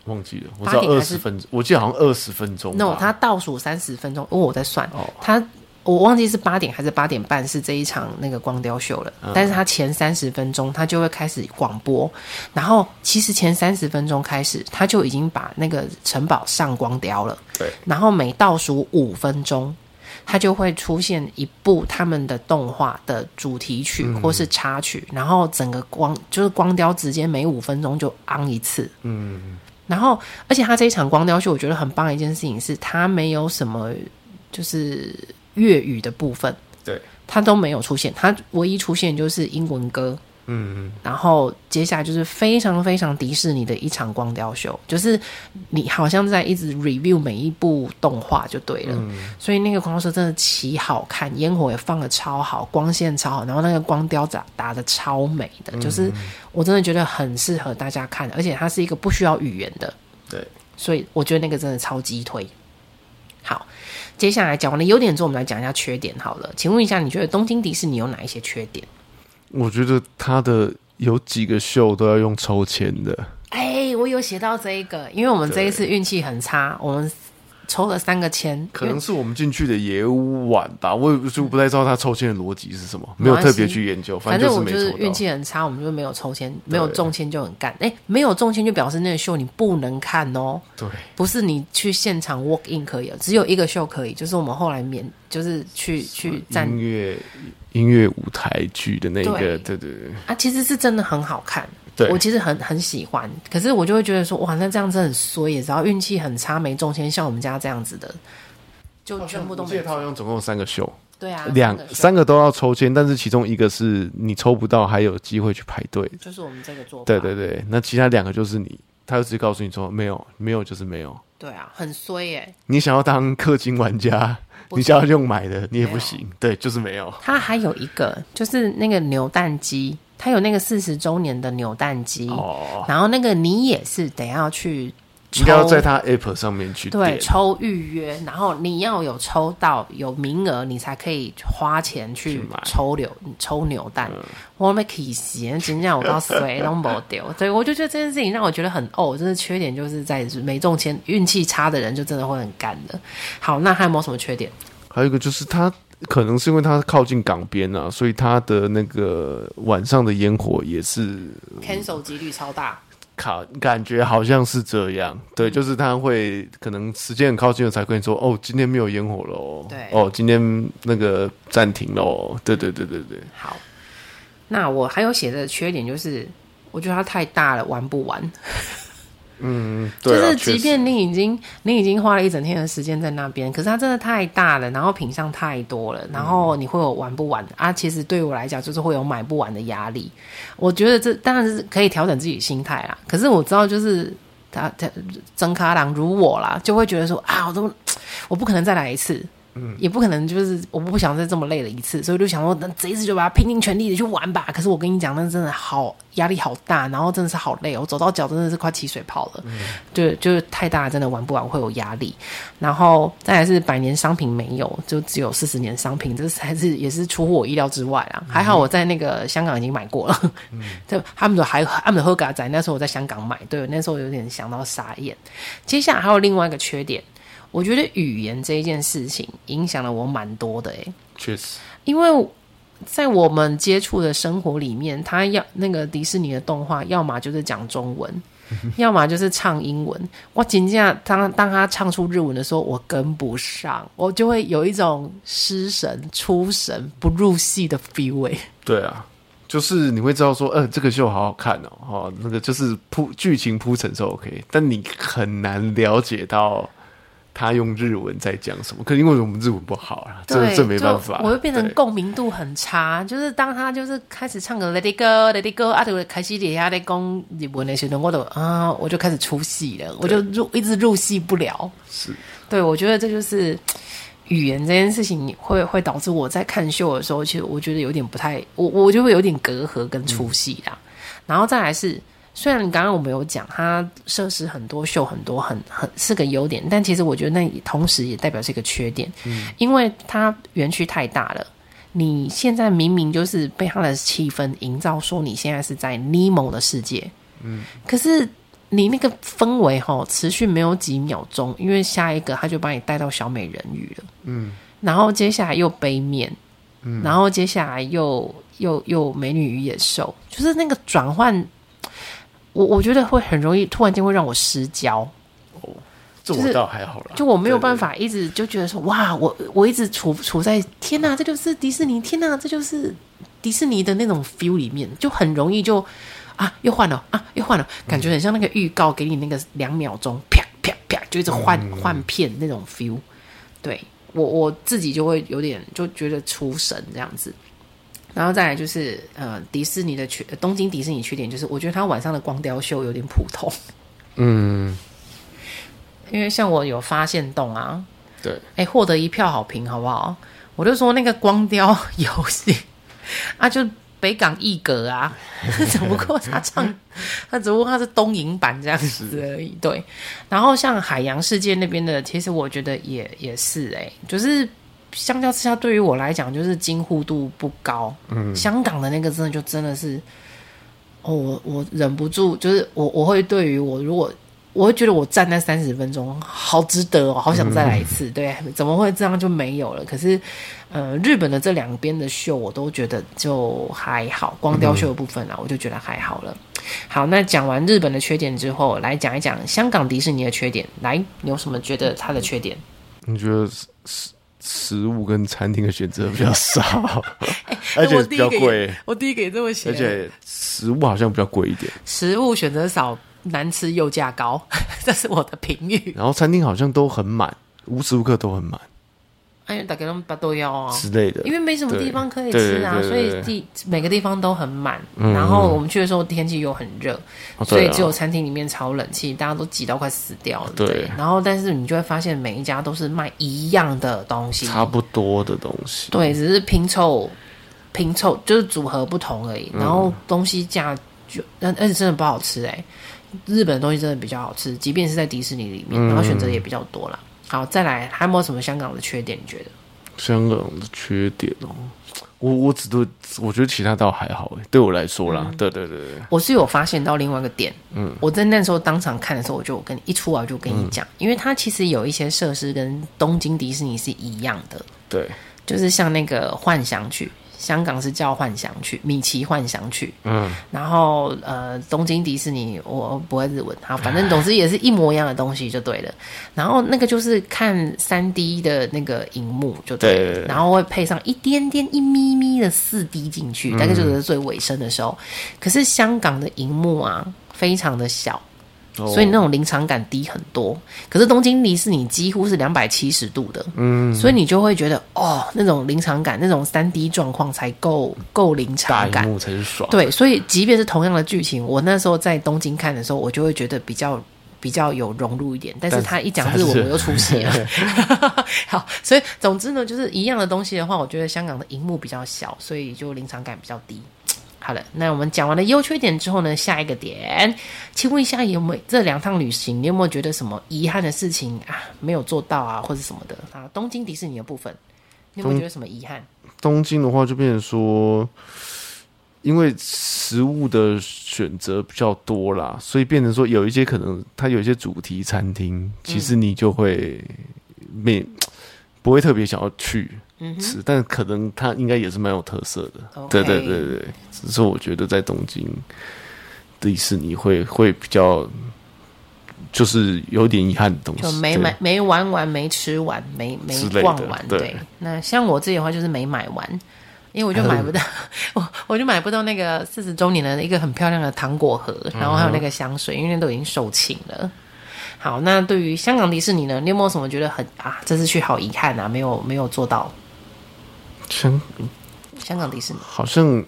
[SPEAKER 2] 忘记了，我
[SPEAKER 1] 八
[SPEAKER 2] 知道
[SPEAKER 1] 点
[SPEAKER 2] 二
[SPEAKER 1] 还是
[SPEAKER 2] 十分钟，我记得好像二十分钟吧。
[SPEAKER 1] ，no，它倒数三十分钟，因为我在算，
[SPEAKER 2] 哦
[SPEAKER 1] 它。我忘记是八点还是八点半是这一场那个光雕秀了，
[SPEAKER 2] 嗯
[SPEAKER 1] 但是它前三十分钟它就会开始广播，然后其实前三十分钟开始它就已经把那个城堡上光雕了，
[SPEAKER 2] 对，
[SPEAKER 1] 然后每倒数五分钟，它就会出现一部他们的动画的主题曲
[SPEAKER 2] 嗯
[SPEAKER 1] 或是插曲，然后整个光就是光雕直接每五分钟就昂一次，嗯，然后而且他这一场光雕秀，我觉得很棒的一件事情是，他没有什么就是粤语的部分，
[SPEAKER 2] 对，
[SPEAKER 1] 他都没有出现，他唯一出现就是英文歌，
[SPEAKER 2] 嗯，
[SPEAKER 1] 然后接下来就是非常非常迪士尼的一场光雕秀，就是你好像在一直 review 每一部动画就对了，所以那个光雕秀真的奇好看，烟火也放的超好，光线超好，然后那个光雕打打的超美的，就是我真的觉得很适合大家看，而且它是一个不需要语言的，
[SPEAKER 2] 对，
[SPEAKER 1] 所以我觉得那个真的超级推。好，接下来讲完了优点之后，我们来讲一下缺点好了。请问一下，你觉得东京迪士尼有哪一些缺点？
[SPEAKER 2] 我觉得他的有几个秀都要用抽签的，
[SPEAKER 1] 哎、我有写到这一个，因为我们这一次运气很差，我们抽了三个签，
[SPEAKER 2] 可
[SPEAKER 1] 因
[SPEAKER 2] 能
[SPEAKER 1] 为
[SPEAKER 2] 是我们进去的也晚吧，我也就不太知道他抽签的逻辑是什么，没有特别去研究，
[SPEAKER 1] 反
[SPEAKER 2] 正
[SPEAKER 1] 正
[SPEAKER 2] 就
[SPEAKER 1] 我
[SPEAKER 2] 没
[SPEAKER 1] 就是
[SPEAKER 2] 抽
[SPEAKER 1] 运
[SPEAKER 2] 到。
[SPEAKER 1] 气很差，我们就没有抽签，没有中签就很干。哎、没有中签就表示那个秀你不能看哦，
[SPEAKER 2] 对，
[SPEAKER 1] 不是你去现场 walk in 可以哦，只有一个秀可以，就是我们后来免，就是去去站
[SPEAKER 2] 音乐音乐舞台剧的那个，对对对
[SPEAKER 1] 啊，其实是真的很好看。
[SPEAKER 2] 对
[SPEAKER 1] 我其实很很喜欢，可是我就会觉得说，哇，那这样真的很衰耶！只要运气很差没中签，像我们家这样子的，就全部都
[SPEAKER 2] 我
[SPEAKER 1] 没
[SPEAKER 2] 记得他好
[SPEAKER 1] 中。
[SPEAKER 2] 像总共有三个秀，
[SPEAKER 1] 对啊，
[SPEAKER 2] 两
[SPEAKER 1] 真的是
[SPEAKER 2] 三个都要抽签，但是其中一个是你抽不到，还有机会去排队。
[SPEAKER 1] 就是我们这个做法。
[SPEAKER 2] 对对
[SPEAKER 1] 啊
[SPEAKER 2] 对，那其他两个就是你，他就直接告诉你说没有，没有就是没有。
[SPEAKER 1] 对啊，很衰耶、
[SPEAKER 2] 你想要当氪金玩家，
[SPEAKER 1] 不
[SPEAKER 2] 你想要用买的，你也不行。对，就是没有。
[SPEAKER 1] 它还有一个就是那个扭蛋机，它有那个四十周年的扭蛋机，
[SPEAKER 2] 哦，
[SPEAKER 1] 然后那个你也是得要去
[SPEAKER 2] 应该要
[SPEAKER 1] 抽，
[SPEAKER 2] 在他 App 上面去
[SPEAKER 1] 对
[SPEAKER 2] 点。
[SPEAKER 1] 抽预约，然后你要有抽到有名额，你才可以花钱去嗯
[SPEAKER 2] 去买
[SPEAKER 1] 抽扭抽扭蛋。我没起钱，今天我到谁都没 丢，所以我就觉得这件事情让我觉得很哦，真的缺点就是在没中签，运气差的人就真的会很干的。好，那还有没有什么缺点？
[SPEAKER 2] 还有一个就是它可能是因为它靠近港边啊，所以它的那个晚上的烟火也是
[SPEAKER 1] cancel 几率超大。
[SPEAKER 2] 卡，感觉好像是这样。对，
[SPEAKER 1] 嗯
[SPEAKER 2] 就是它会可能时间很靠近了才跟你说，哦，今天没有烟火喽，
[SPEAKER 1] 对
[SPEAKER 2] 哦，今天那个暂停喽。对对对对对，
[SPEAKER 1] 好，那我还有写的缺点就是，我觉得它太大了，玩不完。
[SPEAKER 2] 嗯，
[SPEAKER 1] 就
[SPEAKER 2] 对啊
[SPEAKER 1] 是
[SPEAKER 2] 确
[SPEAKER 1] 即
[SPEAKER 2] 实
[SPEAKER 1] 便你已经你已经花了一整天的时间在那边，可是它真的太大了，然后品相太多
[SPEAKER 2] 嗯
[SPEAKER 1] 了，然后你会有玩不完的啊。其实对我来讲，就是会有买不完的压力。我觉得这当然是可以调整自己心态啦。可是我知道，就是他他曾卡郎如我啦，就会觉得说啊，我都我不可能再来一次。嗯，也不可能就是我不想再这么累了一次，所以我就想说，那这一次就把它拼尽全力的去玩吧。可是我跟你讲，那真的好压力好大，然后真的是好累，我走到脚真的是快起水泡了，就就是太大，真的玩不完会有压力。然后再来是百年商品没有，就只有四十年商品，这还是也是出乎我意料之外啦。还好我在那个香港已经买过了，就他们都还他们喝嘎仔，那时候我在香港买，对，那时候有点想到傻眼。接下来还有另外一个缺点。我觉得语言这一件事情影响了我蛮多的诶、欸
[SPEAKER 2] 确实，
[SPEAKER 1] 因为在我们接触的生活里面，他要那个迪士尼的动画，要么就是讲中 文，要么就是唱英文。我紧接着当当他唱出日文的时候，我跟不上，我就会有一种失神、出神、不入戏的 feel 欸诶、
[SPEAKER 2] 对啊，就是你会知道说，呃，这个秀好好看哦，哦，那个就是铺剧情铺陈是 OK，但你很难了解到他用日文在讲什么，可能因为我们日文不好啊， 这
[SPEAKER 1] 对，
[SPEAKER 2] 这没办法，
[SPEAKER 1] 就我会变成
[SPEAKER 2] 对
[SPEAKER 1] 共鸣度很差，就是当他就是开始唱个 Let It Go Let It Go，啊，就开始底下在讲日文的时候，我都啊，我就开始出戏了，我就入一直入戏不了。
[SPEAKER 2] 是
[SPEAKER 1] 对，我觉得这就是语言这件事情会会导致我在看秀的时候，其实我觉得有点不太，我我就会有点隔阂跟出戏啦。然后再来是，虽然刚刚我们有讲它设施很多、秀很多、很很是个优点，但其实我觉得那也同时也代表是一个缺点，因为它园区太大了。你现在明明就是被它的气氛营造，说你现在是在尼莫的世界，可是你那个氛围哈、持续没有几秒钟，因为下一个他就把你带到小美人鱼了，嗯，然后接下来又杯面，嗯，然后接下来又又又美女与野兽，就是那个转换，我我觉得会很容易，突然间会让我失焦，
[SPEAKER 2] 这
[SPEAKER 1] 就是
[SPEAKER 2] 我倒还好啦，
[SPEAKER 1] 就我没有
[SPEAKER 2] 对
[SPEAKER 1] 办法一直就觉得说哇，我我一直处处在天哪，这就是迪士尼，天哪，这就是迪士尼的那种 feel 里面，就很容易就啊又换了啊又换了，感
[SPEAKER 2] 嗯
[SPEAKER 1] 觉很像那个预告给你那个两秒钟啪啪啪就一直换、
[SPEAKER 2] 嗯
[SPEAKER 1] 换片那种 feel，对我我自己就会有点就觉得出神这样子。然后再来就是，呃，迪士尼的缺，呃东京迪士尼缺点就是，我觉得它晚上的光雕秀有点普通，
[SPEAKER 2] 嗯，
[SPEAKER 1] 因为像我有发现洞啊，
[SPEAKER 2] 对，
[SPEAKER 1] 哎，获得一票好评，好不好？我就说那个光雕 游戏啊，就北港一格啊， 只不过他唱，他只不过他是东瀛版这样子而已。对，然后像海洋世界那边的，其实我觉得也也是哎、就是相较之下，对于我来讲，就是惊呼度不高。嗯，香港的那个真的就真的是，哦，我我忍不住，就是我我会对于我如果。我会觉得我站那三十分钟好值得哦，好想再来一次。 对，怎么会这样就没有了？可是，呃，日本的这两边的秀我都觉得就还好，光
[SPEAKER 2] 嗯
[SPEAKER 1] 雕秀的部分啊，我就觉得还好了。好，那讲完日本的缺点之后，来讲一讲香港迪士尼的缺点。来，你有什么觉得它的缺点？
[SPEAKER 2] 你觉得食食食物跟餐厅的选择比较 少，
[SPEAKER 1] 那
[SPEAKER 2] 而且
[SPEAKER 1] 哎我第
[SPEAKER 2] 比
[SPEAKER 1] 一个
[SPEAKER 2] 较
[SPEAKER 1] 也
[SPEAKER 2] 贵，
[SPEAKER 1] 我第一个也这么写
[SPEAKER 2] 而且食物好像比较贵一点，
[SPEAKER 1] 食物选择少，难吃又价高， 这是我的评 语。
[SPEAKER 2] 然后餐厅好像都很满，无时无刻都很满
[SPEAKER 1] 哎呀，大家都把都要啊，
[SPEAKER 2] 之类的
[SPEAKER 1] 因。为没什么地方可以吃啊，
[SPEAKER 2] 对对对对
[SPEAKER 1] 所以
[SPEAKER 2] 对嗯
[SPEAKER 1] 地每个地方都很满。然后我们去的时候天气又很热，
[SPEAKER 2] 哦
[SPEAKER 1] 所
[SPEAKER 2] 对
[SPEAKER 1] 以
[SPEAKER 2] 啊
[SPEAKER 1] 只有餐厅里面超冷气，大家都挤到快死掉了。
[SPEAKER 2] 对
[SPEAKER 1] 然后但是你就会发现每一家都是卖一样的东西，
[SPEAKER 2] 差不多的东西，
[SPEAKER 1] 对，只是拼凑拼凑就是组合不同而
[SPEAKER 2] 嗯
[SPEAKER 1] 已。然后东西价就，但而且真的不好吃哎、日本的东西真的比较好吃，即便是在迪士尼里
[SPEAKER 2] 嗯
[SPEAKER 1] 面，然后选择也比较多啦。好，再来还有没有什么香港的缺点？你觉得？
[SPEAKER 2] 香港的缺点哦，我我只对我觉得其他倒还好欸诶，对我来说
[SPEAKER 1] 嗯
[SPEAKER 2] 啦，对对对对，
[SPEAKER 1] 我是有发现到另外一个点，嗯，我在那时候当场看的时候，我就跟一出来我就跟你讲，因为它其实有一些设施跟东京迪士尼是一样的，
[SPEAKER 2] 对，
[SPEAKER 1] 就是像那个幻想曲，香港是叫幻想曲，米奇幻想曲，
[SPEAKER 2] 嗯，
[SPEAKER 1] 然后呃，东京迪士尼我不会日文，好，反正总之也是一模一样的东西就对了。然后那个就是看三 D 的那个荧幕就对了，
[SPEAKER 2] 对对对
[SPEAKER 1] 然后会配上一点点一咪咪的四 D 进去，大概就是最尾声的时候。可是香港的荧幕啊，非常的小，所以那种临场感低很多。可是东京迪士尼几乎是两百七十度的，嗯，所以你就会觉得哦，那种临场感，那种三 D 状况才够够临
[SPEAKER 2] 大
[SPEAKER 1] 场
[SPEAKER 2] 荧
[SPEAKER 1] 感。
[SPEAKER 2] 幕才是爽，
[SPEAKER 1] 对，所以即便是同样的剧情，我那时候在东京看的时候，我就会觉得比较比较有融入一点，但是
[SPEAKER 2] 但是
[SPEAKER 1] 他一讲
[SPEAKER 2] 还
[SPEAKER 1] 日文
[SPEAKER 2] 是
[SPEAKER 1] 我又出戏 了。 好，所以总之呢，就是一样的东西的话，我觉得香港的荧幕比较小，所以就临场感比较低。好了，那我们讲完了优缺点之后呢，下一个点，请问一下有没有这两趟旅行，你有没有觉得什么遗憾的事情啊？没有做到啊，或者什么的啊？东京迪士尼的部分，你有没有觉得什么遗憾？
[SPEAKER 2] 东京的话，就变成说，因为食物的选择比较多啦，所以变成说有一些可能它有一些主题餐厅，其实你就会没不会特别想要去
[SPEAKER 1] 嗯哼
[SPEAKER 2] 吃，但可能它应该也是蛮有特色的。
[SPEAKER 1] OK
[SPEAKER 2] 对对对对，只是我觉得在东京迪士尼会会比较。就是有点遗憾的东西，
[SPEAKER 1] 就没
[SPEAKER 2] 对
[SPEAKER 1] 买、没玩完、没吃完、没没
[SPEAKER 2] 之类的
[SPEAKER 1] 逛完。
[SPEAKER 2] 对
[SPEAKER 1] 那像我自己的话，就是没买完，因为
[SPEAKER 2] 嗯
[SPEAKER 1] 我就买不到， 我我就买不到那个四十周年的一个很漂亮的糖果盒，然后还有
[SPEAKER 2] 嗯
[SPEAKER 1] 那个香水，因为那都已经售罄了。好，那对于香港迪士尼呢，你有没有什么觉得很啊，这次去好遗憾啊，没有没有做到
[SPEAKER 2] 像
[SPEAKER 1] 香港迪士尼？
[SPEAKER 2] 好像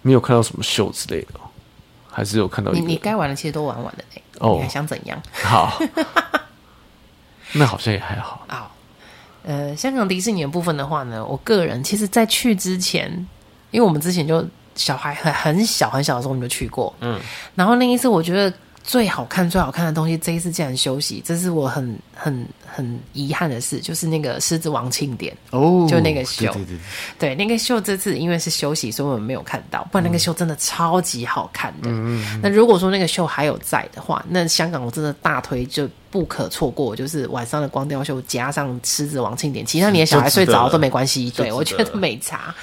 [SPEAKER 2] 没有看到什么秀之类的哦，还是有看到一
[SPEAKER 1] 你
[SPEAKER 2] 个
[SPEAKER 1] 你该玩的其实都玩完了、欸，
[SPEAKER 2] 哦
[SPEAKER 1] 你还想怎样？
[SPEAKER 2] 好， 那好像也还好。
[SPEAKER 1] 啊、呃，香港迪士尼的部分的话呢，我个人其实，在去之前，因为我们之前就小孩很很小很小的时候我们就去过，嗯，然后那一次我觉得最好看最好看的东西，这一次竟然休息，这是我很很很遗憾的事，就是那个狮子王庆典，
[SPEAKER 2] 哦
[SPEAKER 1] 就那个秀
[SPEAKER 2] 对对对，
[SPEAKER 1] 对，那个秀这次因为是休息，所以我们没有看到，不然那个秀真的超级好看的。那如果说那个秀还有在的话，那香港我真的大推就不可错过，就是晚上的光雕秀加上狮子王庆典，其他你的小孩睡着都没关系，对我觉得没差。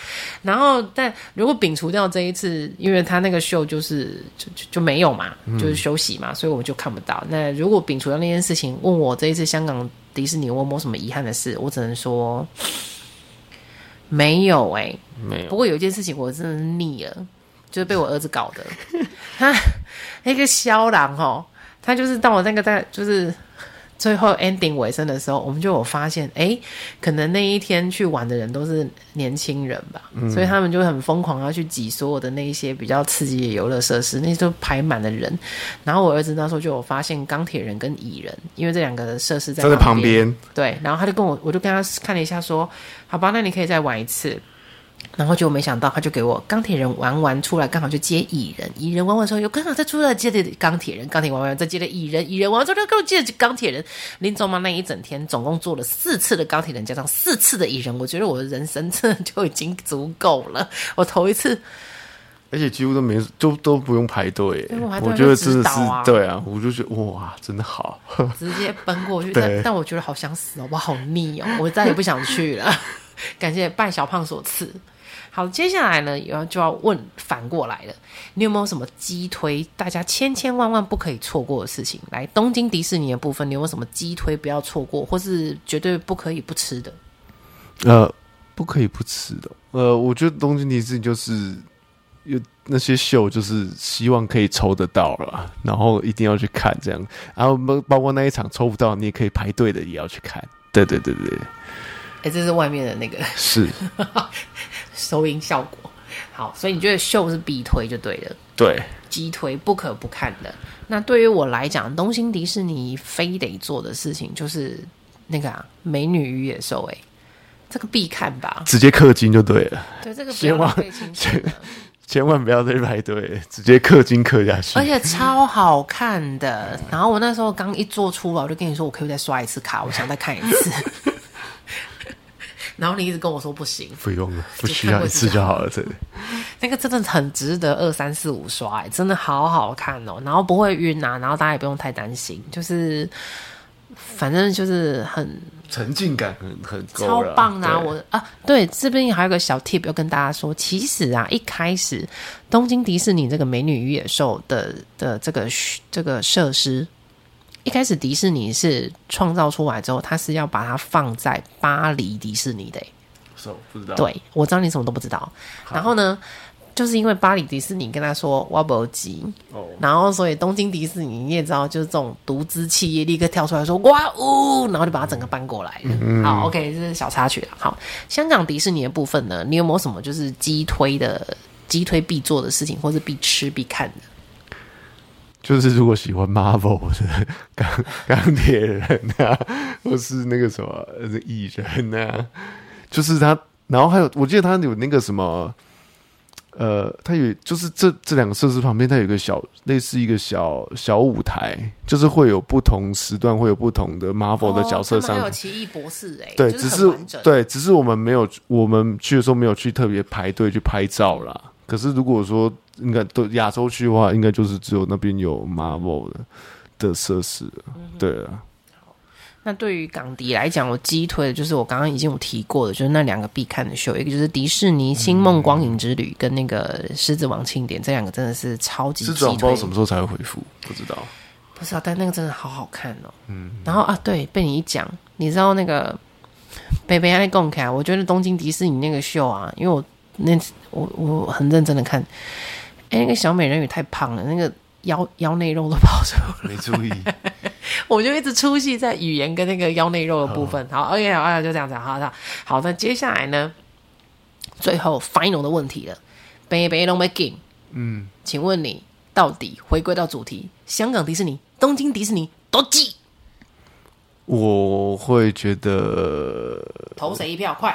[SPEAKER 1] 然后，但如果摒除掉这一次，因为他那个秀就是就就就没有嘛，就是休息嘛，所以我们就看不到。那如果摒除掉那件事情，问我这一次香港迪士尼我有没有什么遗憾的事，我只能说没有哎、
[SPEAKER 2] 没
[SPEAKER 1] 不
[SPEAKER 2] 有。
[SPEAKER 1] 过有一件事情我真的是腻了，就是被我儿子搞的。 他那个肖郎哦，他就是到我那个在就是最后 ending 尾声的时候，我们就有发现，哎，可能那一天去玩的人都是年轻人吧，
[SPEAKER 2] 嗯
[SPEAKER 1] 所以他们就很疯狂要去挤所有的那一些比较刺激的游乐设施，那些都排满了人。然后我儿子那时候就有发现钢铁人跟蚁人，因为这两个设施在
[SPEAKER 2] 站哦在旁
[SPEAKER 1] 旁边
[SPEAKER 2] 边，
[SPEAKER 1] 对，然后他就跟我，我就跟他看了一下，说：“好吧，那你可以再玩一次。”然后结果没想到，他就给我钢铁人玩完出来，刚好就接蚁人，蚁人玩完之后又刚好再出来接的钢铁人，钢铁玩完再接的蚁人，蚁人玩完之后又给我接的钢铁人。林总妈那一整天总共做了四次的钢铁人，加上四次的蚁人，我觉得我的人生真的就已经足够了。我头一 次
[SPEAKER 2] 而且几乎都没，都都不用排队
[SPEAKER 1] 不用排。队
[SPEAKER 2] 我觉得真
[SPEAKER 1] 就指
[SPEAKER 2] 的
[SPEAKER 1] 导啊
[SPEAKER 2] 是对啊，我就觉得哇，真的好。
[SPEAKER 1] 直接奔过去，
[SPEAKER 2] 对
[SPEAKER 1] 但但我觉得好想死哦，我好腻哦，我再也不想去了。 感谢拜小胖所赐。好，接下来呢，要就要问反过来了，你有没有什么击推大家千千万万不可以错过的事情？来，东京迪士尼的部分，你有没有什么击推不要错过，或是绝对不可以不吃的？
[SPEAKER 2] 呃，不可以不吃的。呃，我觉得东京迪士尼就是有那些秀，就是希望可以抽得到了，然后一定要去看这样。然后包包括那一场抽不到，你也可以排队的，也要去看。对对对对，
[SPEAKER 1] 哎、这是外面的那个
[SPEAKER 2] 是，
[SPEAKER 1] 收音效果。好，所以你觉得秀是必推就对了。
[SPEAKER 2] 对，。
[SPEAKER 1] 击推不可不看的。那对于我来讲，东京迪士尼非得做的事情就是那个啊，《美女与野兽》哎，这个必看吧
[SPEAKER 2] 直接氪金就对了。
[SPEAKER 1] 对，这个不
[SPEAKER 2] 希
[SPEAKER 1] 要
[SPEAKER 2] 望
[SPEAKER 1] 浪费 青春了，
[SPEAKER 2] 千万不要再排队，直接氪金氪下去
[SPEAKER 1] 而。且超好看的。然后我那时候刚一做出来，我就跟你说，我可不可以再刷一次卡？我想再看一次。 然后你一直跟我说不行，
[SPEAKER 2] 不用了，不
[SPEAKER 1] 只
[SPEAKER 2] 需
[SPEAKER 1] 看
[SPEAKER 2] 要
[SPEAKER 1] 过
[SPEAKER 2] 一
[SPEAKER 1] 几
[SPEAKER 2] 次
[SPEAKER 1] 个
[SPEAKER 2] 就好了。真的，
[SPEAKER 1] 那个真的很值得二三四五刷、欸，真的好好看哦、然后不会晕啊，然后大家也不用太担心，就是反正就是很
[SPEAKER 2] 沉浸感很很够
[SPEAKER 1] 超
[SPEAKER 2] 了
[SPEAKER 1] 棒的、啊！
[SPEAKER 2] 对
[SPEAKER 1] 我啊，对，这边还有个小 tip 要跟大家说，其实啊，一开始东京迪士尼这个《美女与野兽的》的这个这个设施，一开始迪士尼是创造出来之后，它是要把它放在巴黎迪士尼的、欸
[SPEAKER 2] 是哦不知道，
[SPEAKER 1] 对，我知道你什么都不知道。然后呢，就是因为巴黎迪士尼跟他说挖不急，
[SPEAKER 2] 哦，
[SPEAKER 1] 然后所以东京迪士尼你也知道，就是这种独资企业立刻跳出来说哇呜，然后就把它整个搬过来。
[SPEAKER 2] 嗯
[SPEAKER 1] 好，OK，这是小插曲了。好，香港迪士尼的部分呢，你有没有什么就是击推的？击推必做的事情，或是必吃必看的，
[SPEAKER 2] 就是如果喜欢 Marvel 的钢钢铁人啊， 或是那个什么呃蚁人啊，就是他，然后还有我记得他有那个什么，呃，他有就是这这两个设施旁边，它有一个小类似一个小小舞台，就是会有不同时段会有不同的 Marvel 的角色
[SPEAKER 1] 哦他们
[SPEAKER 2] 上
[SPEAKER 1] 还有奇异博士哎、
[SPEAKER 2] 对，
[SPEAKER 1] 就
[SPEAKER 2] 只
[SPEAKER 1] 很完整
[SPEAKER 2] 对，只是我们没有，我们去的时候没有去特别排队去拍照啦。可是如果说应该都亚洲区的话，应该就是只有那边有 Marvel 的的设施了，
[SPEAKER 1] 嗯
[SPEAKER 2] 对啊，
[SPEAKER 1] 那对于港迪来讲，我击推的就是我刚刚已经有提过的，就是那两个必看的秀，一个就是迪士尼《星梦光影之旅》跟那个《狮子王》庆典，这两个真的是超级
[SPEAKER 2] 是
[SPEAKER 1] 击
[SPEAKER 2] 这种不知
[SPEAKER 1] 推
[SPEAKER 2] 道。什么时候才会恢复，不知道。
[SPEAKER 1] 不知道，但那个真的好好看哦。嗯，然后啊，对，被你一讲，你知道那个北北爱贡凯，我觉得东京迪士尼那个秀啊，因为我那次我我很认真的看，哎，那个小美人鱼太胖了，那个腰腰内肉都跑出来
[SPEAKER 2] 没注意，
[SPEAKER 1] 我就一直出戏在语言跟那个腰内肉的部分。好，OK，好，啊就这样子，好，好，好。那接下来呢，最后 final 的问题了，北北龙北 game，嗯，请问你到底回归到主题，香港迪士尼、东京迪士尼都记，
[SPEAKER 2] 我会觉得
[SPEAKER 1] 投谁一票？快，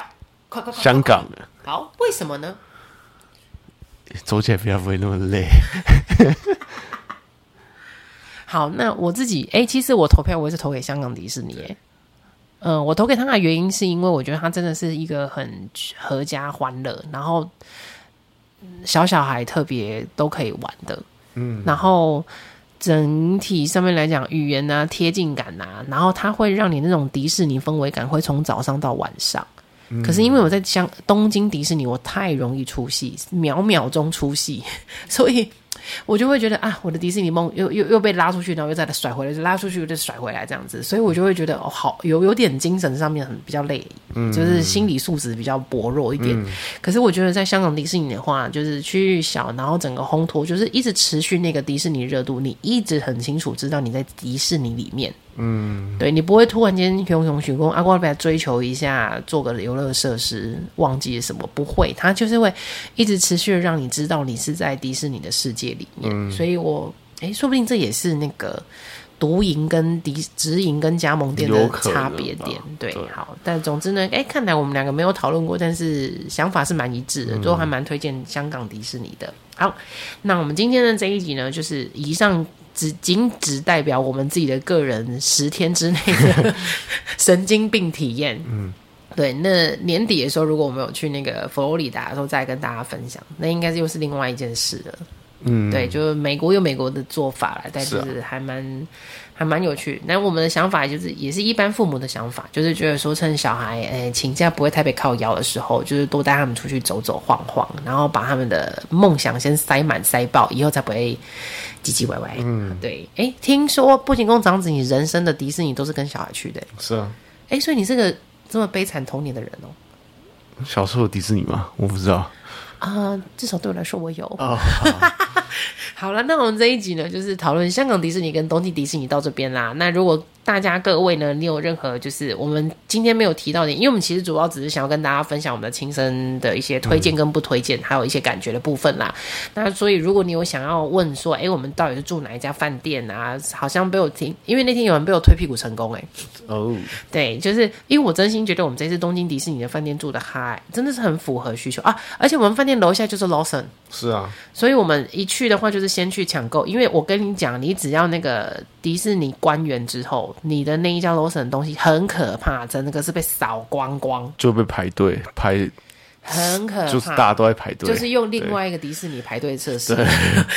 [SPEAKER 1] 快快快！
[SPEAKER 2] 香港啊
[SPEAKER 1] 好，为什么呢？
[SPEAKER 2] 走起来比较不会那么累。
[SPEAKER 1] 好，那我自己，哎、其实我投票我也是投给香港迪士尼、诶嗯，我投给他的原因是因为我觉得他真的是一个很合家欢乐，然后嗯小小孩特别都可以玩的，嗯，然后整体上面来讲，语言啊、贴近感啊，然后它会让你那种迪士尼氛围感会从早上到晚上。可是因为我在香东京迪士尼，我太容易出戏，秒秒钟出戏， 所以我就会觉得啊，我的迪士尼梦又又又被拉出去，然后又再甩回来，就拉出去又再甩回来这样子，所以我就会觉得哦，好有有点精神上面很比较累，就是心理素质比较薄弱一点。可是我觉得在香港迪士尼的话，就是区域小，然后整个烘托就是一直持续那个迪士尼热度，你一直很清楚知道你在迪士尼里面，嗯，对你不会突然间熊熊熊公阿光来追求一下，做个游乐设施，忘记了什么，不会，他就是会一直持续的让你知道你是在迪士尼的世界里面，
[SPEAKER 2] 嗯
[SPEAKER 1] 所以我诶，说不定这也是那个独营跟迪直营跟加盟店
[SPEAKER 2] 有
[SPEAKER 1] 的
[SPEAKER 2] 可能
[SPEAKER 1] 差别
[SPEAKER 2] 吧
[SPEAKER 1] 点，对
[SPEAKER 2] 对，
[SPEAKER 1] 好，但总之呢，诶，看来我们两个没有讨论过，但是想法是蛮一致的，
[SPEAKER 2] 嗯
[SPEAKER 1] 都还蛮推荐香港迪士尼的。好，那我们今天的这一集呢，就是以上只仅只代表我们自己的个人十天之内 的神经病体验，
[SPEAKER 2] 嗯
[SPEAKER 1] 对，那年底的时候，如果我们有去那个佛罗里达的时候，再跟大家分享，那应该又是另外一件事了。
[SPEAKER 2] 嗯，
[SPEAKER 1] 对，就是美国有美国的做法啦，但
[SPEAKER 2] 是
[SPEAKER 1] 就
[SPEAKER 2] 啊
[SPEAKER 1] 是还蛮、还蛮有趣。那我们的想法就是，也是一般父母的想法，就是觉得说，趁小孩诶、哎请假不会太被靠腰的时候，就是多带他们出去走走晃晃，然后把他们的梦想先塞满塞爆，以后才不会唧唧歪歪。嗯，对。哎，听说不仅宫长子，你人生的迪士尼都是跟小孩去的、
[SPEAKER 2] 是啊，
[SPEAKER 1] 哎，所以你是个这么悲惨童年的人哦。
[SPEAKER 2] 小时候有迪士尼吗？我不知道。
[SPEAKER 1] 啊、至少对我来说，我有。
[SPEAKER 2] 哦
[SPEAKER 1] 好了，那我们这一集呢，就是讨论香港迪士尼跟东京迪士尼到这边啦。那如果大家各位呢，你有任何就是我们今天没有提到的，因为我们其实主要只是想要跟大家分享我们的亲身的一些推荐跟不推荐，还有一些感觉的部分啦。那所以如果你有想要问说，哎、我们到底是住哪一家饭店啊？好像被我听，因为那天有人被我推屁股成功、哎。
[SPEAKER 2] 哦，
[SPEAKER 1] 对，就是因为我真心觉得我们这次东京迪士尼的饭店住的嗨，真的是很符合需求啊！而且我们饭店楼下就是 Lawson，
[SPEAKER 2] 是啊，
[SPEAKER 1] 所以我们一去的话就是先去抢购，因为我跟你讲，你只要那个迪士尼官员之后，你的那一家 Lawson 的东西很可怕，真的是被扫光光，
[SPEAKER 2] 就被排队排，
[SPEAKER 1] 很可怕。
[SPEAKER 2] 就是大家都在排队，
[SPEAKER 1] 就是用另外一个迪士尼排队设施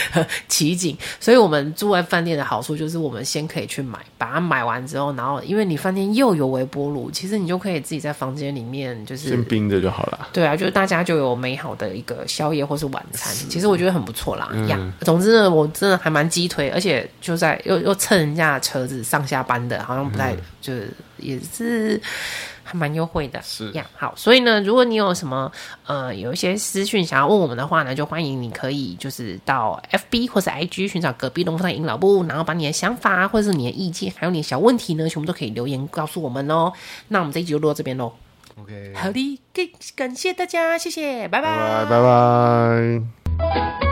[SPEAKER 1] 奇景，所以我们住在饭店的好处就是，我们先可以去买，把它买完之后，然后因为你饭店又有微波炉，其实你就可以自己在房间里面就
[SPEAKER 2] 对
[SPEAKER 1] 是
[SPEAKER 2] 先冰的就好了。
[SPEAKER 1] 对啊，就是大家就有美好的一个宵夜或是晚餐，其实我觉得很不错啦。呀、总之呢，我真的还蛮鸡腿，而且就在又又蹭人家的车子上下班的，好像不太、就是也是还蛮优惠的。
[SPEAKER 2] 是
[SPEAKER 1] 呀好，所以呢，如果你有什么呃有一些私讯想要问我们的话呢，就欢迎你可以就是到 FB 或是 IG 寻找隔壁农夫的引导部，然后把你的想法或者是你的意见，还有你的小问题呢，全部都可以留言告诉我们哦。那我们这一集就录到这边喽。
[SPEAKER 2] OK，
[SPEAKER 1] 好的，感感谢大家，谢谢，拜拜。
[SPEAKER 2] 拜拜拜。